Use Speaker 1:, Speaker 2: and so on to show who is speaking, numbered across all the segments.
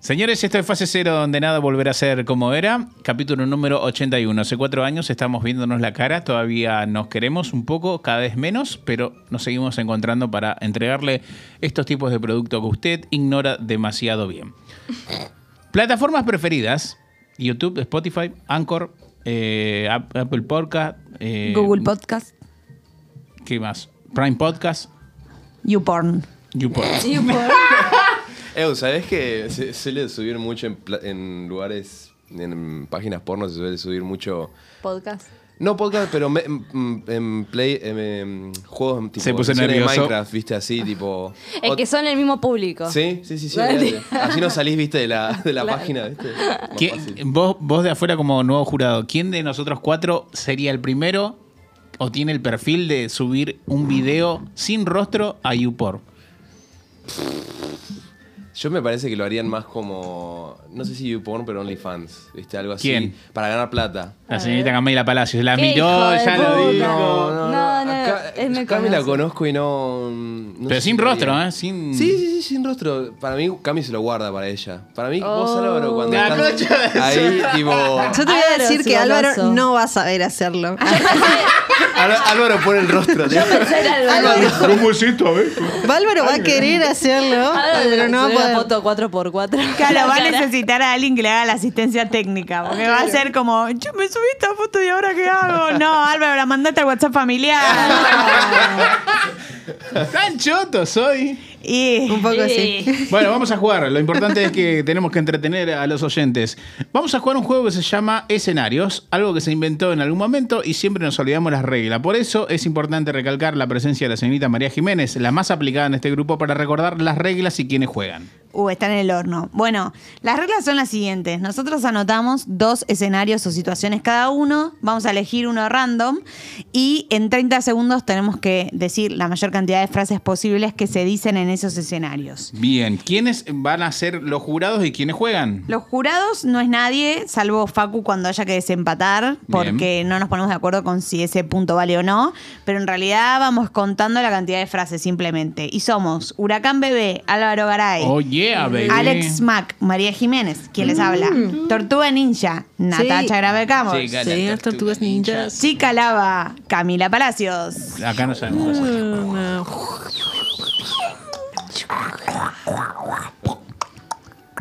Speaker 1: Señores, esto es Fase Cero, donde nada volverá a ser como era. Capítulo número 81. Hace cuatro años estamos viéndonos la cara, todavía nos queremos un poco, cada vez menos, pero nos seguimos encontrando para entregarle estos tipos de producto que usted ignora demasiado bien. Plataformas preferidas, YouTube, Spotify, Anchor, eh, App- Apple Podcast, eh,
Speaker 2: Google Podcast,
Speaker 1: ¿Qué más? Prime Podcast,
Speaker 2: YouPorn.
Speaker 1: YouPorn.
Speaker 3: Eu, ¿sabés que se suele subir mucho en, pla- en lugares, en páginas porno, se suele subir mucho...
Speaker 4: Podcast.
Speaker 3: No podcast, pero me- en, en play, en, em, juegos tipo
Speaker 1: Se puso
Speaker 3: versiones de
Speaker 1: nervioso.
Speaker 3: Minecraft, viste, así, tipo...
Speaker 4: Es
Speaker 3: o-
Speaker 4: que son el mismo público.
Speaker 3: Sí, sí, sí, sí.
Speaker 4: Dale.
Speaker 3: dale. Así no salís, viste, de la, de la página, viste. Más
Speaker 1: ¿Quién-
Speaker 3: fácil.
Speaker 1: vos, vos de afuera como nuevo jurado, ¿quién de nosotros cuatro sería el primero o tiene el perfil de subir un video sin rostro a YouPorn?
Speaker 3: Yo me parece que lo harían más como, no sé si YouPorn, pero OnlyFans, viste, algo así.
Speaker 1: ¿Quién?
Speaker 3: Para ganar plata.
Speaker 1: La señorita Camila Palacios la
Speaker 4: ¡Qué
Speaker 1: miró,
Speaker 4: hijo de
Speaker 1: ya
Speaker 4: puta!
Speaker 1: lo dijo.
Speaker 4: No, no, no,
Speaker 3: Acá-
Speaker 4: él me
Speaker 3: Cami la
Speaker 4: conoce.
Speaker 3: conozco y no... no
Speaker 1: Pero
Speaker 3: sé
Speaker 1: sin
Speaker 3: si
Speaker 1: rostro,
Speaker 3: haría.
Speaker 1: ¿eh? Sin...
Speaker 3: Sí, sí, sí, sin rostro. Para mí, Cami se lo guarda para ella. Para mí, vos,
Speaker 4: Oh.
Speaker 3: Álvaro, cuando
Speaker 1: La
Speaker 3: estás
Speaker 1: concha de
Speaker 3: ahí, tipo...
Speaker 2: Yo te voy a
Speaker 4: Álvaro
Speaker 2: decir
Speaker 4: es
Speaker 2: que Álvaro
Speaker 4: goloso.
Speaker 2: no va a saber hacerlo.
Speaker 3: Álvaro, Álvaro pone el rostro. tío.
Speaker 1: ¿Cómo es esto, a ver?
Speaker 2: Álvaro va a querer hacerlo, pero no va a
Speaker 4: una
Speaker 2: poder.
Speaker 4: foto 4x4.
Speaker 5: Claro, va a necesitar a alguien que le haga la asistencia técnica, porque va a ser como, yo me subí esta foto y ahora qué hago. No, Álvaro, la mandate al WhatsApp familiar.
Speaker 1: Tan choto soy.
Speaker 5: Y,
Speaker 2: Un poco
Speaker 4: Sí.
Speaker 2: así.
Speaker 1: Bueno, vamos a jugar. Lo importante es que tenemos que entretener a los oyentes. Vamos a jugar un juego que se llama Escenarios, algo que se inventó en algún momento y siempre nos olvidamos las reglas. Por eso es importante recalcar la presencia de la señorita María Jiménez, la más aplicada en este grupo, para recordar las reglas y quienes juegan.
Speaker 5: uh, está en el horno. Bueno, las reglas son las siguientes. Nosotros anotamos dos escenarios o situaciones cada uno, vamos a elegir uno random y en 30 segundos tenemos que decir la mayor cantidad de frases posibles que se dicen en esos escenarios.
Speaker 1: Bien, ¿quiénes van a ser los jurados y quiénes juegan?
Speaker 5: Los jurados no es nadie, salvo Facu cuando haya que desempatar, porque no nos ponemos de acuerdo con si ese punto vale o no, pero en realidad vamos contando la cantidad de frases simplemente. Y somos Huracán Bebé, Álvaro Garay,
Speaker 1: Oh, yeah, baby.
Speaker 5: Alex Mac, María Jiménez, quien les habla, Tortuga Ninja, Natacha Grave Campos,
Speaker 6: Sí, las tortugas ninjas.
Speaker 5: Chica Lava, Camila Palacios.
Speaker 1: Acá no sabemos.
Speaker 6: Ah,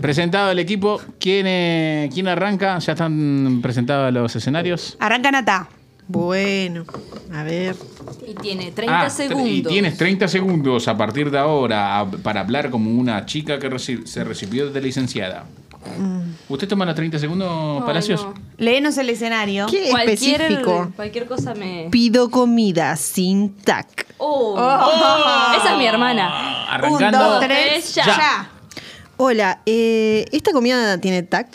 Speaker 1: Presentado el equipo, ¿quién, eh, ¿quién arranca? ¿Ya están presentados los escenarios?
Speaker 5: Arranca Nata.
Speaker 6: Bueno, a ver.
Speaker 4: Y tiene 30
Speaker 1: Ah, tre-
Speaker 4: segundos.
Speaker 1: Y tienes 30 segundos a partir de ahora a- para hablar como una chica que reci- se recibió de licenciada. ¿Usted toma los 30 segundos,
Speaker 4: Mm. Ay,
Speaker 1: Palacios?
Speaker 4: no.
Speaker 5: Léenos el escenario.
Speaker 2: Qué
Speaker 4: Cualquier,
Speaker 2: específico.
Speaker 4: cualquier cosa me.
Speaker 2: Pido comida sin tac.
Speaker 4: Oh.
Speaker 1: Oh.
Speaker 4: Esa es mi hermana.
Speaker 1: Ah,
Speaker 5: Un,
Speaker 1: Arrancando.
Speaker 5: dos,
Speaker 4: tres,
Speaker 5: tres,
Speaker 4: ya.
Speaker 5: ya.
Speaker 2: Hola, eh, ¿esta comida tiene tac?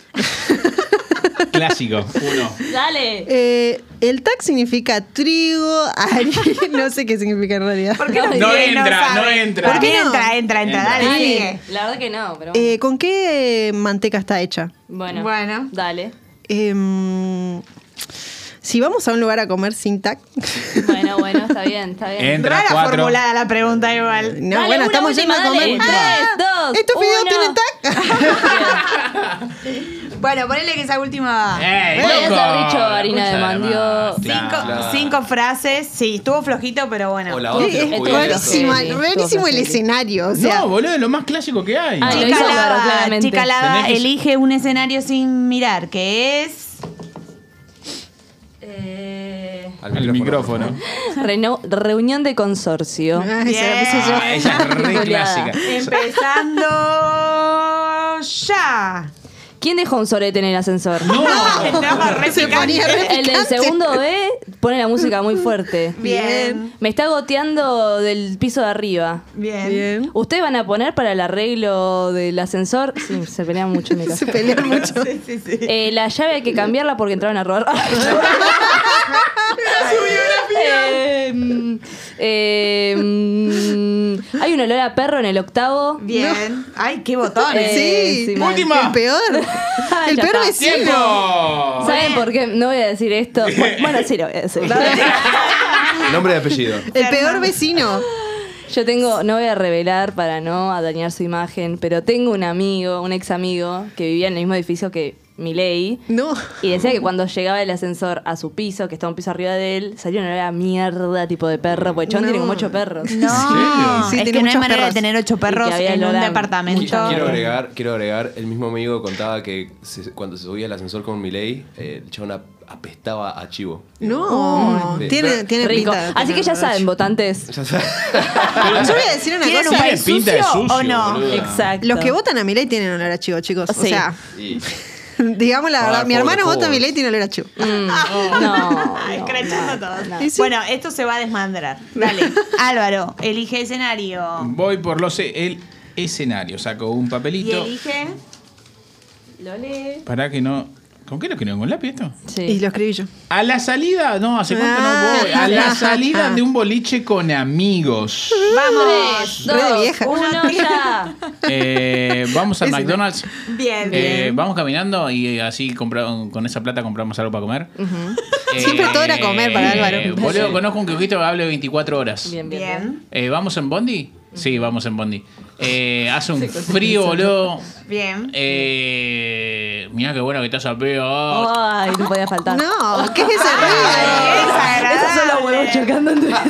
Speaker 1: Clásico. Uno.
Speaker 4: Dale.
Speaker 2: Eh, el tac significa trigo, harina, no sé qué significa en realidad.
Speaker 5: ¿Por qué no,
Speaker 1: No
Speaker 5: tiene?
Speaker 1: entra, no
Speaker 5: sabe.
Speaker 1: entra.
Speaker 5: ¿Por qué
Speaker 2: no?
Speaker 5: entra, entra, entra? Dale,
Speaker 4: Dale.
Speaker 5: sigue.
Speaker 4: La verdad que no, pero.
Speaker 2: Eh, ¿Con qué eh, manteca está hecha?
Speaker 4: bueno.
Speaker 5: bueno.
Speaker 4: Dale.
Speaker 2: Em, si vamos a un lugar a comer sin tac.
Speaker 4: Bueno, bueno, está bien, está bien.
Speaker 1: Entra
Speaker 5: Rara
Speaker 1: cuatro. Eh,
Speaker 5: formulada la pregunta igual.
Speaker 2: No,
Speaker 4: Dale,
Speaker 2: bueno,
Speaker 4: una
Speaker 2: estamos
Speaker 4: última,
Speaker 2: yendo a
Speaker 4: dale.
Speaker 2: comer.
Speaker 4: Tres, dos,
Speaker 2: ¿Estos fideos
Speaker 4: uno.
Speaker 2: tienen tac?
Speaker 5: Bueno, ponele que esa última.
Speaker 1: ¡Ey,
Speaker 4: Podrías
Speaker 1: loco!
Speaker 4: haber dicho harina de
Speaker 1: Concha
Speaker 4: mandio.
Speaker 1: madre.
Speaker 5: Cinco,
Speaker 1: Claro.
Speaker 5: cinco frases. Sí, estuvo flojito, pero bueno.
Speaker 3: O la otra,
Speaker 2: Es
Speaker 3: uy,
Speaker 2: rarísimo,
Speaker 4: Sí,
Speaker 2: rarísimo el escenario. O sea,
Speaker 1: No, boludo, es lo más clásico que hay.
Speaker 4: Ah, lo
Speaker 5: Chica
Speaker 4: hizo Álvaro,
Speaker 5: Lava,
Speaker 4: claramente.
Speaker 5: chica Lava,
Speaker 1: Tenés que-
Speaker 5: elige un escenario sin mirar, que es.
Speaker 4: Eh,
Speaker 3: Al
Speaker 1: El micrófono.
Speaker 4: reno- reunión de consorcio.
Speaker 2: Ay, se la puse yo.
Speaker 1: Ah, ella es re clásica.
Speaker 5: Empezando ya.
Speaker 4: ¿Quién dejó un sorete en el ascensor?
Speaker 1: No,
Speaker 5: No, re
Speaker 2: Se ponía re
Speaker 4: El del
Speaker 2: picante.
Speaker 4: segundo B pone la música muy fuerte.
Speaker 5: Bien.
Speaker 4: Me está goteando del piso de arriba.
Speaker 5: Bien.
Speaker 2: Bien.
Speaker 4: ¿Ustedes van a poner para el arreglo del ascensor? Sí, se pelean mucho en mi casa.
Speaker 2: Se pelean mucho.
Speaker 4: Eh, la llave hay que cambiarla porque entraron a robar. Eh, mm, eh, mm, hay un olor a perro en el octavo.
Speaker 5: Bien. Ay, qué botones.
Speaker 4: Eh,
Speaker 2: sí,
Speaker 4: sí, mal.
Speaker 1: Última.
Speaker 2: el peor. El
Speaker 4: Ya
Speaker 2: peor
Speaker 4: está.
Speaker 2: vecino.
Speaker 1: ¡Tiempo!
Speaker 4: ¿Saben por qué? No voy a decir esto. Bueno, sí lo voy a decir.
Speaker 3: Nombre y apellido.
Speaker 2: El peor vecino.
Speaker 4: Yo tengo, no voy a revelar para no dañar su imagen, pero tengo un amigo, un ex amigo, que vivía en el mismo edificio que Milei.
Speaker 6: No.
Speaker 4: Y decía que cuando llegaba el ascensor a su piso, que estaba un piso arriba de él, salía una olor a mierda tipo de perro, porque Chon
Speaker 6: No.
Speaker 4: tiene como ocho perros.
Speaker 5: No,
Speaker 6: Sí, tiene
Speaker 5: es que no hay
Speaker 6: muchos
Speaker 5: manera de
Speaker 6: perros.
Speaker 5: tener ocho
Speaker 4: Y
Speaker 5: perros
Speaker 4: que había
Speaker 5: en un
Speaker 4: olor a
Speaker 5: departamento.
Speaker 4: mucha
Speaker 3: Quiero agregar, quiero agregar, el mismo amigo contaba que se- cuando se subía al ascensor con Milei, eh, el chabón ap- apestaba a chivo.
Speaker 6: No.
Speaker 3: Sí.
Speaker 6: Tiene, tiene
Speaker 4: Rico.
Speaker 6: pinta de
Speaker 4: Así que ya
Speaker 6: tener
Speaker 4: saben,
Speaker 6: ocho.
Speaker 4: votantes.
Speaker 3: Ya sabes.
Speaker 6: Yo voy a decir una
Speaker 5: ¿Tienen
Speaker 6: cosa.
Speaker 5: un país
Speaker 1: Tiene pinta de
Speaker 5: sucio o
Speaker 1: sucio,
Speaker 5: no?
Speaker 3: boludo.
Speaker 4: Exacto.
Speaker 6: Los que votan a Milei tienen olor a chivo, chicos. O
Speaker 4: Sí.
Speaker 6: sea,
Speaker 3: Y-
Speaker 6: digamos la
Speaker 3: Ah,
Speaker 6: verdad. Mi
Speaker 3: pobre,
Speaker 6: hermano vota a
Speaker 3: pobre.
Speaker 6: Milei y tiene olor a chivo.
Speaker 4: Mm, no.
Speaker 5: Escrachando todo.
Speaker 6: Y sí.
Speaker 5: Bueno, esto se va a desmandrar. Dale, Álvaro, elige escenario.
Speaker 1: Voy por los e- el escenario. Saco un
Speaker 5: Y
Speaker 1: papelito.
Speaker 5: elige.
Speaker 4: Lole.
Speaker 1: Para que no. ¿Con qué lo escribo? ¿Con lápiz esto?
Speaker 4: Sí.
Speaker 6: Ah, Y lo escribí yo.
Speaker 1: A la salida, no, hace cuánto
Speaker 6: Ah.
Speaker 1: no voy. A la salida de un boliche con amigos.
Speaker 4: Vamos. Tres,
Speaker 6: Re de
Speaker 4: dos,
Speaker 6: vieja.
Speaker 4: uno, ya.
Speaker 1: Eh, vamos al McDonald's.
Speaker 5: Bien,
Speaker 1: Eh, vamos caminando y así compra- con esa plata compramos algo para comer. Eh,
Speaker 6: Siempre todo era comer para Álvaro.
Speaker 1: Boludo, conozco un kiosquito que hable 24 horas.
Speaker 4: Bien, bien. bien.
Speaker 5: bien,
Speaker 1: Eh, ¿Vamos en Bondi? Sí, vamos en Bondi. Eh, hace un frío, boludo.
Speaker 5: bien.
Speaker 1: Eh, mirá qué bueno que estás a peo. Ah.
Speaker 4: Ay, no podía faltar.
Speaker 6: No, ¿qué es ese ruido?
Speaker 5: Esos son los huevos chocando.
Speaker 1: Yo,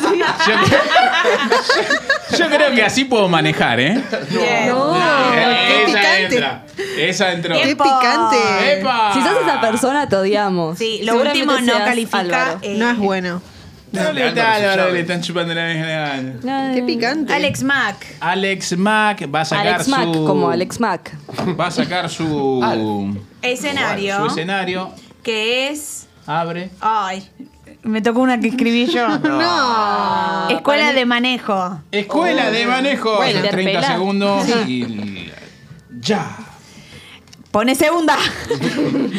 Speaker 1: cre- yo creo que así puedo manejar, ¿eh?
Speaker 5: Bien.
Speaker 4: Oh,
Speaker 1: Eh,
Speaker 6: qué
Speaker 1: esa
Speaker 6: picante.
Speaker 1: entra. Esa entró.
Speaker 6: ¡Qué
Speaker 5: Epa.
Speaker 6: picante!
Speaker 1: ¡Epa!
Speaker 4: Si sos esa persona, te odiamos.
Speaker 5: Sí, lo
Speaker 4: Seguramente
Speaker 5: último no
Speaker 4: seas
Speaker 5: califica.
Speaker 4: Álvaro.
Speaker 5: eh,
Speaker 6: No es bueno.
Speaker 1: No le,
Speaker 3: Leandro,
Speaker 1: dale,
Speaker 3: se
Speaker 1: ahora
Speaker 3: llama.
Speaker 1: le están chupando la vez.
Speaker 4: No,
Speaker 6: ¡Qué
Speaker 4: no, no.
Speaker 6: picante!
Speaker 5: Alex Mack.
Speaker 1: Alex Mack va a sacar
Speaker 4: Alex Mack,
Speaker 1: su.
Speaker 4: como Alex Mack.
Speaker 1: Va a sacar su.
Speaker 5: Escenario.
Speaker 1: Su escenario.
Speaker 5: Que es.
Speaker 1: Abre.
Speaker 5: Ay. Me tocó una que escribí yo.
Speaker 6: No.
Speaker 5: Escuela de manejo.
Speaker 1: Escuela de manejo.
Speaker 4: Bueno,
Speaker 1: Son 30
Speaker 4: interpela.
Speaker 1: segundos. Y. Ya.
Speaker 5: Pone segunda.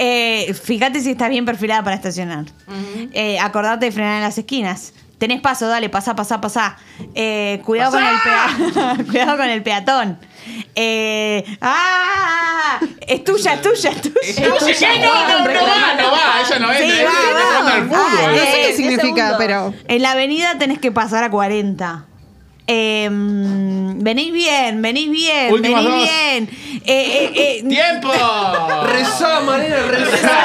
Speaker 5: Eh, fíjate si está bien perfilada para estacionar. Eh, acordate de frenar en las esquinas. Tenés paso, dale, pasá, pasá, pasá. Eh, cuidado, Con el pea- cuidado con el peatón. Eh, ¡Ah! Es tuya, es tuya, es tuya.
Speaker 1: no, no va, no va. Ella no
Speaker 5: Sí,
Speaker 1: entra. ella
Speaker 5: va,
Speaker 1: está
Speaker 5: va.
Speaker 1: jugando
Speaker 6: No
Speaker 1: al fútbol.
Speaker 5: Ah,
Speaker 6: sé
Speaker 5: Eh,
Speaker 6: qué
Speaker 5: diez
Speaker 6: significa,
Speaker 4: segundos.
Speaker 6: pero.
Speaker 5: En la avenida tenés que pasar a 40. Eh, venís bien, venís bien,
Speaker 1: Últimas
Speaker 5: venís
Speaker 1: dos.
Speaker 5: bien. Eh, eh, eh,
Speaker 1: ¡Tiempo!
Speaker 3: Rezá, manera, rezá.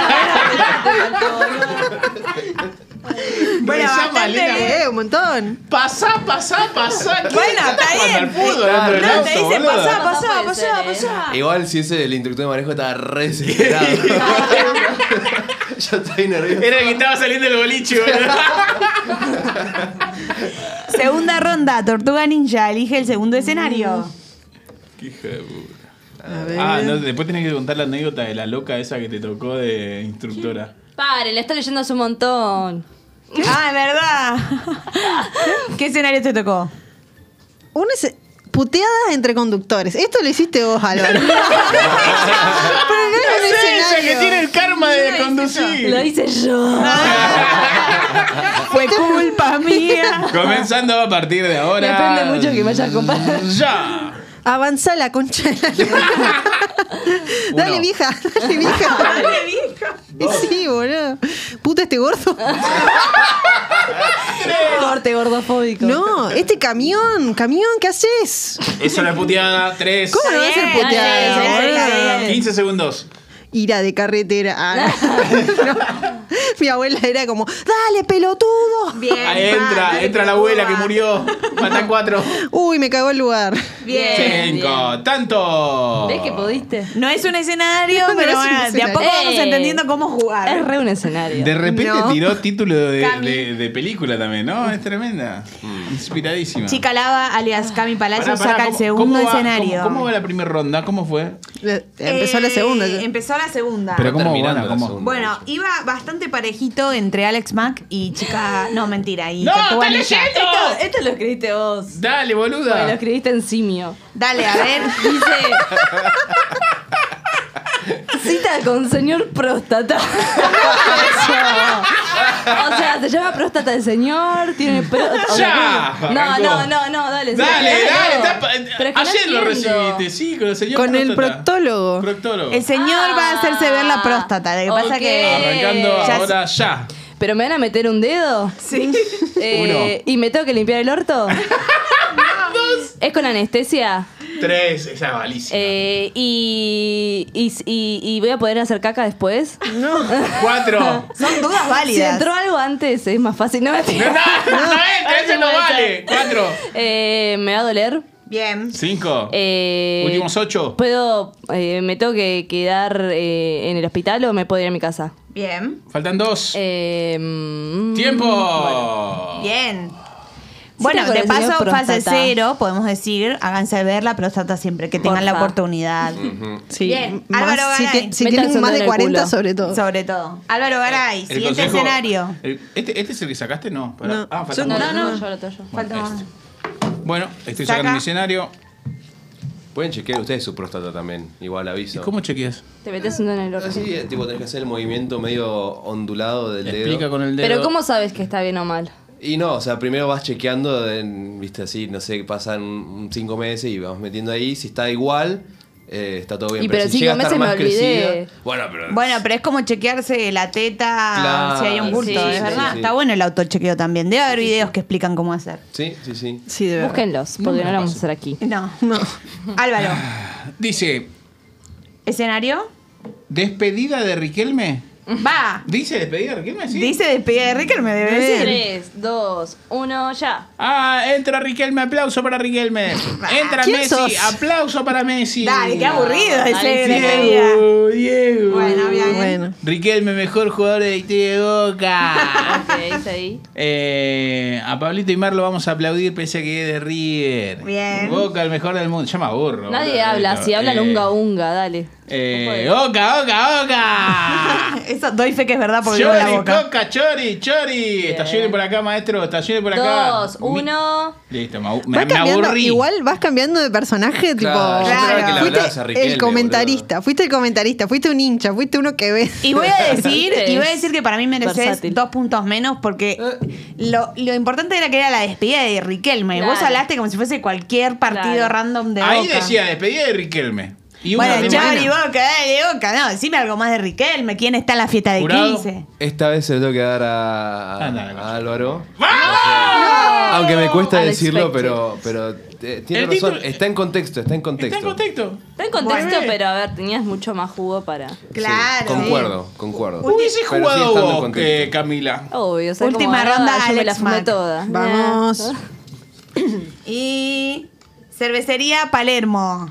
Speaker 5: bueno,
Speaker 1: Rezá,
Speaker 5: bastante
Speaker 1: Malena,
Speaker 5: bien.
Speaker 6: Eh, un montón.
Speaker 1: Pasá, pasá, pasá. ¿Quién
Speaker 5: Bueno, está
Speaker 1: jugando
Speaker 5: bien.
Speaker 1: al fútbol dentro del
Speaker 5: No,
Speaker 1: auto,
Speaker 5: te dice
Speaker 1: boludo?
Speaker 5: pasá,
Speaker 4: No
Speaker 5: pasá,
Speaker 4: puede
Speaker 5: pasá,
Speaker 6: eh".
Speaker 4: ser,
Speaker 5: pasá.
Speaker 3: Igual si ese el instructor de manejo estaba re desesperado. Yo estoy nervioso.
Speaker 1: Era el que estaba saliendo del boliche, boludo.
Speaker 5: Segunda ronda, Tortuga Ninja, elige el
Speaker 6: Mm.
Speaker 5: segundo escenario.
Speaker 6: A ver.
Speaker 1: Ah, no, después tenés que contar la anécdota de la loca esa que te tocó de instructora.
Speaker 4: Paren, la está leyendo hace un montón.
Speaker 5: Ah, es verdad. ¿Qué escenario te tocó?
Speaker 6: Una se- puteadas entre conductores. Esto lo hiciste vos, Álvaro. Pero no
Speaker 1: Es
Speaker 6: era un
Speaker 1: ella que tiene
Speaker 6: escenario.
Speaker 1: el karma de
Speaker 4: Lo
Speaker 1: conducir.
Speaker 4: hice yo.
Speaker 5: Fue culpa mía.
Speaker 1: Comenzando a partir de ahora.
Speaker 4: Depende mucho que me hayas comparado.
Speaker 1: ¡Ya!
Speaker 6: Avanza la concha. de la lora. dale,
Speaker 1: Uno.
Speaker 6: vieja, dale, vieja.
Speaker 5: Dale, viejo.
Speaker 6: Y sí, boludo. Puta este gordo.
Speaker 4: Corte gordofóbico.
Speaker 6: No, este camión, camión, ¿qué haces?
Speaker 1: Eso la puteada. Tres.
Speaker 6: ¿Cómo no va a ser
Speaker 5: Está bien,
Speaker 6: puteada?
Speaker 5: está bien, está
Speaker 6: boludo?
Speaker 5: bien.
Speaker 1: 15 segundos.
Speaker 6: Ira de carretera. Ah, no. No. Mi abuela era como, dale, pelotudo.
Speaker 5: Bien.
Speaker 1: Ahí entra,
Speaker 5: dale,
Speaker 1: entra la
Speaker 5: Tortuga.
Speaker 1: abuela que murió. Mata cuatro.
Speaker 6: Uy, me cagó el lugar.
Speaker 5: Bien.
Speaker 1: Cinco. ¡Tanto!
Speaker 4: ¿Ves que pudiste?
Speaker 5: No es un escenario,
Speaker 6: No, no
Speaker 5: pero
Speaker 6: es un
Speaker 5: bueno, de a
Speaker 6: escenario.
Speaker 5: poco vamos
Speaker 4: Eh.
Speaker 5: entendiendo cómo
Speaker 4: Es
Speaker 5: jugar.
Speaker 4: re un escenario.
Speaker 1: De repente
Speaker 6: No.
Speaker 1: tiró título de,
Speaker 5: Cami.
Speaker 1: de- de película también, ¿no? Es tremenda. Inspiradísima.
Speaker 5: Chica Lava, alias Cami Palacio,
Speaker 1: Mm. Pará, pará,
Speaker 5: saca el
Speaker 1: ¿cómo-
Speaker 5: segundo
Speaker 1: cómo va- ¿Cómo,
Speaker 5: escenario.
Speaker 1: cómo va la primera ronda? ¿Cómo fue?
Speaker 6: Eh, Empezó la
Speaker 5: Eh,
Speaker 6: segunda.
Speaker 5: Empezó la segunda.
Speaker 1: Pero cómo
Speaker 3: terminando
Speaker 1: bueno,
Speaker 3: la
Speaker 1: cómo-
Speaker 3: segunda.
Speaker 5: Bueno, iba bastante parejito entre Alex Mack y chica. No, mentira. Y
Speaker 1: ¡No,
Speaker 5: Tortuga
Speaker 1: está
Speaker 5: Ninja.
Speaker 1: leyendo!
Speaker 4: Esto, esto lo escribiste vos.
Speaker 1: Dale, boluda.
Speaker 4: Bueno, lo escribiste en simio.
Speaker 5: Dale, a ver.
Speaker 4: Dice. Cita con señor próstata. o sea, se llama próstata el señor, tiene próstata.
Speaker 1: Ya,
Speaker 4: No, no,
Speaker 1: arrancó.
Speaker 4: no, no, dale. sí,
Speaker 1: Dale, dale,
Speaker 4: no.
Speaker 1: está pa-
Speaker 4: Pero es que no
Speaker 1: ayer lo
Speaker 4: entiendo.
Speaker 1: recibiste, sí, con el señor
Speaker 6: Con el
Speaker 1: próstata.
Speaker 6: proctólogo.
Speaker 1: Proctólogo. Ah,
Speaker 5: El señor va a hacerse ver la próstata. Lo que pasa
Speaker 4: Ok.
Speaker 5: que.
Speaker 1: Arrancando
Speaker 5: Ya
Speaker 1: ahora ya.
Speaker 4: ¿Pero me van a meter un dedo?
Speaker 5: Sí.
Speaker 4: Eh, ¿Y me tengo que limpiar el orto? Es con anestesia.
Speaker 1: Tres, esa es malísima.
Speaker 4: eh, y, y, y- y voy a poder hacer caca después.
Speaker 1: Cuatro.
Speaker 5: Son dudas
Speaker 4: Si
Speaker 5: válidas.
Speaker 4: entró algo antes, es más fácil. No me
Speaker 1: No, no, entra, ese no vale. Cuatro.
Speaker 4: Eh, me va a doler.
Speaker 5: Bien.
Speaker 1: Cinco.
Speaker 4: Eh,
Speaker 1: Últimos ocho.
Speaker 4: ¿Puedo, eh, me tengo que quedar eh, en el hospital o me puedo ir a mi casa? pues-
Speaker 5: Bien.
Speaker 1: Faltan dos.
Speaker 4: Eh, mm,
Speaker 1: Tiempo.
Speaker 5: Bien.
Speaker 4: Sí
Speaker 5: Bueno,
Speaker 4: tengo
Speaker 5: de
Speaker 4: conocimiento
Speaker 5: paso,
Speaker 4: de
Speaker 5: fase
Speaker 4: próstata.
Speaker 5: cero, podemos decir, háganse ver la próstata siempre que tengan la
Speaker 4: Porfa.
Speaker 5: oportunidad.
Speaker 2: Sí.
Speaker 5: Bien,
Speaker 2: Más-
Speaker 5: Álvaro
Speaker 2: si
Speaker 5: Garay.
Speaker 2: te- si
Speaker 4: Metan
Speaker 2: tienen
Speaker 4: su
Speaker 2: más
Speaker 4: dedo en
Speaker 2: de
Speaker 4: el
Speaker 2: 40
Speaker 4: culo.
Speaker 2: sobre todo.
Speaker 5: Sobre todo. Álvaro Garay,
Speaker 1: El
Speaker 5: siguiente
Speaker 1: consejo-
Speaker 5: escenario.
Speaker 1: el- este, este es el que sacaste, no. pará.
Speaker 2: No.
Speaker 1: Ah,
Speaker 2: Yo-
Speaker 1: faltan
Speaker 4: No,
Speaker 1: dos.
Speaker 4: no, no, yo lo tengo yo.
Speaker 1: Bueno,
Speaker 5: Falta
Speaker 1: este. Bueno, estoy
Speaker 5: Saca.
Speaker 1: sacando mi escenario.
Speaker 3: Pueden chequear ustedes su próstata también, igual aviso.
Speaker 1: ¿Cómo chequeas?
Speaker 4: Te metes un dedo en el orto.
Speaker 3: Así, eh, tipo, tenés que hacer el movimiento medio ondulado del dedo.
Speaker 1: Explica con el dedo.
Speaker 4: Pero ¿cómo sabes que está bien o mal?
Speaker 3: Y no, o sea, primero vas chequeando, en- viste, así, no sé, pasan 5 meses y vamos metiendo ahí. Si está igual, eh, está todo bien.
Speaker 4: Y pero
Speaker 3: si
Speaker 4: cinco
Speaker 3: llega a estar
Speaker 4: meses me
Speaker 3: más
Speaker 4: olvidé.
Speaker 3: crecida- bueno, pero...
Speaker 5: Bueno, pero es como chequearse la teta
Speaker 3: Claro,
Speaker 5: si hay un bulto,
Speaker 4: sí,
Speaker 5: es
Speaker 4: sí,
Speaker 5: verdad.
Speaker 3: sí.
Speaker 5: Está bueno el autochequeo también. Debe haber videos que explican cómo hacer.
Speaker 3: Sí, sí, sí.
Speaker 2: Sí, de verdad.
Speaker 4: Búsquenlos, porque no, lo vamos a hacer aquí.
Speaker 5: No.
Speaker 2: No.
Speaker 5: Álvaro,
Speaker 1: Dice,
Speaker 5: ¿escenario?
Speaker 1: despedida de Riquelme.
Speaker 5: Va.
Speaker 1: ¿Dice despedida de Riquelme? Sí.
Speaker 5: Dice despedida de Ricker, me debe decir.
Speaker 4: Tres, dos, uno, ya.
Speaker 1: Ah, entra Riquelme, aplauso para Riquelme. Entra
Speaker 2: ¿Quién
Speaker 1: Messi,
Speaker 2: sos?
Speaker 1: aplauso para Messi.
Speaker 5: Ah, Dale, qué aburrido
Speaker 4: Dale,
Speaker 5: ese
Speaker 4: sí.
Speaker 5: despedida.
Speaker 1: Diego, Diego.
Speaker 5: Bueno, bien.
Speaker 2: Bueno.
Speaker 1: Riquelme, mejor jugador de Tigre de Boca.
Speaker 4: Ok, dice ahí.
Speaker 1: Eh, a Pablito Imar lo vamos a aplaudir pese a que es de River.
Speaker 5: Bien.
Speaker 1: Boca, el mejor del mundo. Ya me aburro.
Speaker 4: Nadie
Speaker 1: boludo,
Speaker 4: habla,
Speaker 1: esto.
Speaker 4: si hablan
Speaker 1: Eh,
Speaker 4: unga unga, dale.
Speaker 1: Eh, Oca, Oca, Oca.
Speaker 5: Ah, Eso doy fe que es verdad porque vivo en la
Speaker 1: Chori,
Speaker 5: boca.
Speaker 1: Coca, Chori, Chori. Estacione por acá, maestro. Estacione por acá.
Speaker 4: Dos,
Speaker 1: Mi-
Speaker 4: uno.
Speaker 1: Listo, me, abu-
Speaker 2: Vas
Speaker 1: me- me
Speaker 2: cambiando-
Speaker 1: aburrí.
Speaker 2: Igual vas cambiando de personaje,
Speaker 3: Claro,
Speaker 2: tipo.
Speaker 5: yo esperaba que le
Speaker 2: fuiste
Speaker 3: hablabas a Riquelme,
Speaker 2: el comentarista, fuiste el comentarista, fuiste un hincha, fuiste uno que ve.
Speaker 5: Y voy a decir, y voy a decir que para mí mereces
Speaker 4: Versátil. Eh.
Speaker 5: dos puntos menos porque lo, lo importante era que era la despedida de Riquelme. Vos
Speaker 4: Claro.
Speaker 5: hablaste como si fuese cualquier partido
Speaker 4: Claro.
Speaker 5: random de
Speaker 1: Ahí
Speaker 5: Boca.
Speaker 1: decía despedida de Riquelme. Y uno
Speaker 5: Bueno,
Speaker 1: de
Speaker 5: chao
Speaker 1: Moreno.
Speaker 5: y Boca, dale Boca. No, decime algo más de Riquelme. ¿Quién está en la fiesta de
Speaker 1: Jurado.
Speaker 5: 15?
Speaker 3: Esta vez se lo tengo que dar a,
Speaker 1: Ah, no, no.
Speaker 3: a Álvaro.
Speaker 1: ¡Vamos!
Speaker 3: Aunque me cuesta
Speaker 4: Unexpected.
Speaker 3: decirlo, pero, pero eh, tiene
Speaker 1: El
Speaker 3: razón.
Speaker 1: título-
Speaker 3: Está en contexto, está en contexto.
Speaker 1: Está en contexto.
Speaker 4: Está en contexto,
Speaker 1: Bueno.
Speaker 4: pero a ver, tenías mucho más jugo para.
Speaker 3: Sí,
Speaker 5: Claro.
Speaker 3: concuerdo, concuerdo.
Speaker 1: Hubiese
Speaker 3: Pero sí
Speaker 1: jugado
Speaker 3: estando en
Speaker 1: vos,
Speaker 3: contexto.
Speaker 1: eh, Camila.
Speaker 4: Obvio, ¿sabes
Speaker 5: Última
Speaker 4: cómo ganaba?
Speaker 5: ronda,
Speaker 4: "Ah, yo me la
Speaker 5: Alex
Speaker 4: fumé
Speaker 5: Mac.
Speaker 4: toda.
Speaker 2: Vamos.
Speaker 5: Y cervecería Palermo.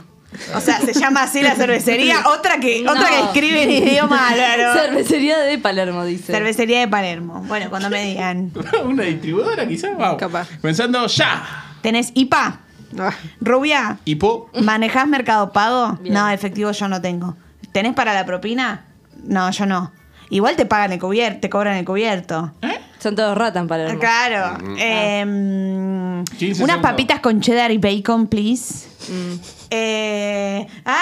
Speaker 5: O sea, se llama así la cervecería. Otra que,
Speaker 4: No.
Speaker 5: otra que escribe en idioma árabe.
Speaker 4: Cervecería de Palermo, dice.
Speaker 5: Cervecería de Palermo. Bueno, cuando me digan.
Speaker 1: Una distribuidora, quizás. Vamos.
Speaker 2: Capaz.
Speaker 1: Pensando ya.
Speaker 5: ¿Tenés IPA?
Speaker 2: Ah,
Speaker 5: Rubia,
Speaker 1: Hipo.
Speaker 5: ¿manejás Mercado Pago?
Speaker 4: Bien.
Speaker 5: No, efectivo yo no tengo. ¿Tenés para la propina? No, yo no. Igual te pagan el cubierto, te cobran el cubierto.
Speaker 4: Son todos ratas en Palermo.
Speaker 5: Claro. Eh, mm,
Speaker 1: 15
Speaker 5: unas
Speaker 1: segundos.
Speaker 5: papitas con cheddar y bacon, please.
Speaker 4: Mm.
Speaker 5: Eh, ¡Ah!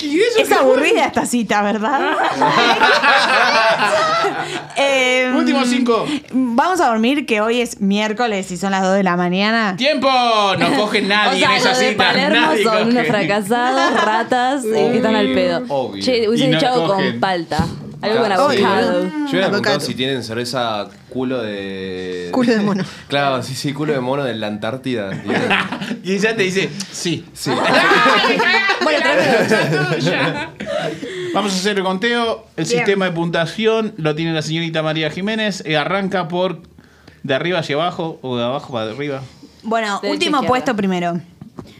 Speaker 1: ¿Y eso
Speaker 5: Es
Speaker 1: qué
Speaker 5: aburrida esta cita, ¿verdad? Eh,
Speaker 1: Último cinco.
Speaker 5: Vamos a dormir que hoy es miércoles y son las 2 de la mañana.
Speaker 1: ¡Tiempo! No coge
Speaker 4: O
Speaker 1: nadie
Speaker 4: sea,
Speaker 1: en esa
Speaker 4: los de
Speaker 1: cita.
Speaker 4: Palermo
Speaker 1: nadie
Speaker 4: son
Speaker 1: coge.
Speaker 4: unos fracasados, ratas y que están al pedo.
Speaker 3: Obvio.
Speaker 4: Che, hubiese
Speaker 1: Y no
Speaker 4: echado
Speaker 1: cogen.
Speaker 4: con palta. Algo con
Speaker 3: Ah, sí.
Speaker 4: avocado.
Speaker 3: Yo hubiera preguntado
Speaker 2: Avocado.
Speaker 3: si tienen cerveza culo de.
Speaker 2: Culo de mono.
Speaker 3: claro, sí, sí, culo de mono de la Antártida.
Speaker 1: Y ya te dice, sí.
Speaker 3: Sí.
Speaker 1: Bueno, Vamos a hacer el conteo. El sistema de puntuación lo tiene la señorita María Jiménez. Eh, arranca por de arriba hacia abajo o de abajo para arriba.
Speaker 5: Bueno,
Speaker 4: Derecha,
Speaker 5: último
Speaker 4: izquierda.
Speaker 5: puesto primero.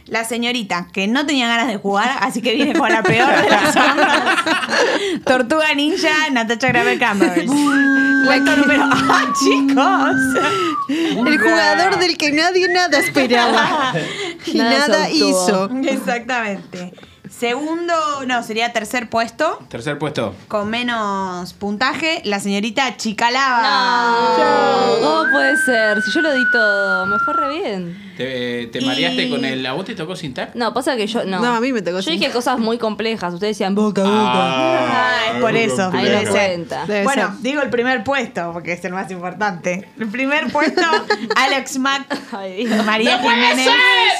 Speaker 5: La señorita, que no tenía ganas de jugar, así que viene con la peor de las ondas. Tortuga Ninja, Natasha Graver Campbell. Puesto número... ¡Ah, chicos!
Speaker 2: El jugador del que nadie nada esperaba. Y
Speaker 4: Nada
Speaker 2: nada,
Speaker 4: se obtuvo.
Speaker 2: hizo.
Speaker 5: Exactamente. Segundo, no, sería tercer puesto.
Speaker 1: Tercer puesto.
Speaker 5: Con menos puntaje, la señorita Chicalaba.
Speaker 4: No, ¿cómo puede ser? Si yo lo di todo, me fue re bien.
Speaker 1: ¿Te, eh, te
Speaker 5: Y-
Speaker 1: mareaste con el. ¿A vos te tocó sin tac?
Speaker 4: No, pasa que yo no.
Speaker 2: No, a mí me tocó
Speaker 4: Yo
Speaker 2: sin-
Speaker 4: dije cosas muy complejas. Ustedes decían boca, boca.
Speaker 1: Ah,
Speaker 5: Ah, es por eso.
Speaker 4: Ahí
Speaker 5: debe
Speaker 4: no
Speaker 5: ser.
Speaker 4: cuenta.
Speaker 2: Debe
Speaker 5: bueno,
Speaker 2: ser.
Speaker 5: digo el primer puesto, porque es el más importante. El primer puesto, Alex Mack,
Speaker 4: Ay, Dios.
Speaker 5: María Jiménez.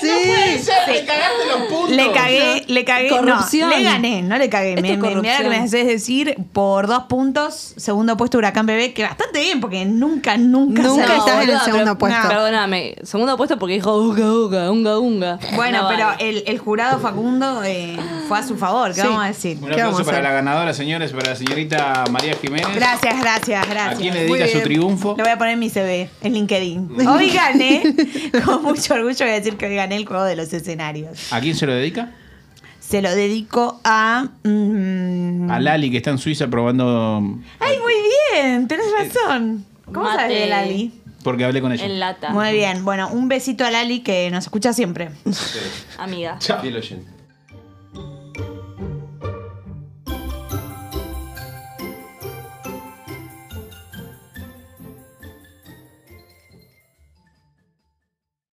Speaker 2: Sí.
Speaker 1: ¡Me cagaste los puntos!
Speaker 5: Le cagué, le cagué Le,
Speaker 4: corrupción.
Speaker 5: No, le gané, no le cagué.
Speaker 4: Esto
Speaker 5: Me,
Speaker 4: es
Speaker 5: me- mirá lo que me
Speaker 4: corrupción.
Speaker 5: haces decir por dos puntos, segundo puesto Huracán Bebé, que bastante bien, porque nunca, nunca,
Speaker 6: Nunca
Speaker 5: salió.
Speaker 6: estás en el
Speaker 4: boluda,
Speaker 6: segundo
Speaker 4: pero-
Speaker 6: puesto.
Speaker 4: no, Perdóname, segundo puesto porque dijo unga, unga, unga, unga.
Speaker 5: Bueno,
Speaker 4: No
Speaker 5: pero
Speaker 4: vale.
Speaker 5: el, el jurado Facundo eh, fue a su favor, ¿qué
Speaker 6: Sí.
Speaker 5: vamos a decir?
Speaker 1: Un
Speaker 6: ¿Qué vamos
Speaker 1: aplauso
Speaker 6: a
Speaker 1: para
Speaker 6: hacer?
Speaker 1: la ganadora, señores, para la señorita María Jiménez.
Speaker 5: Gracias, gracias, gracias.
Speaker 1: ¿A quién le
Speaker 5: Muy
Speaker 1: dedica su
Speaker 5: bien.
Speaker 1: triunfo? Mm.
Speaker 5: Lo voy a poner en mi CV, en LinkedIn. Hoy gané, con mucho orgullo voy a decir que hoy gané el juego de los escenarios.
Speaker 1: ¿A quién se lo dedica?
Speaker 5: Se lo dedico a... mm,
Speaker 1: A Lali, que está en Suiza probando.
Speaker 5: ¡Ay, muy bien! Tenés
Speaker 1: Eh,
Speaker 5: razón. ¿Cómo
Speaker 4: Mate.
Speaker 5: sabes de Lali?
Speaker 1: Porque hablé
Speaker 5: eh,
Speaker 1: con ella.
Speaker 4: En lata,
Speaker 5: Muy bien. Bueno, un besito a Lali que nos escucha siempre.
Speaker 4: amiga.
Speaker 3: Fiel oyente.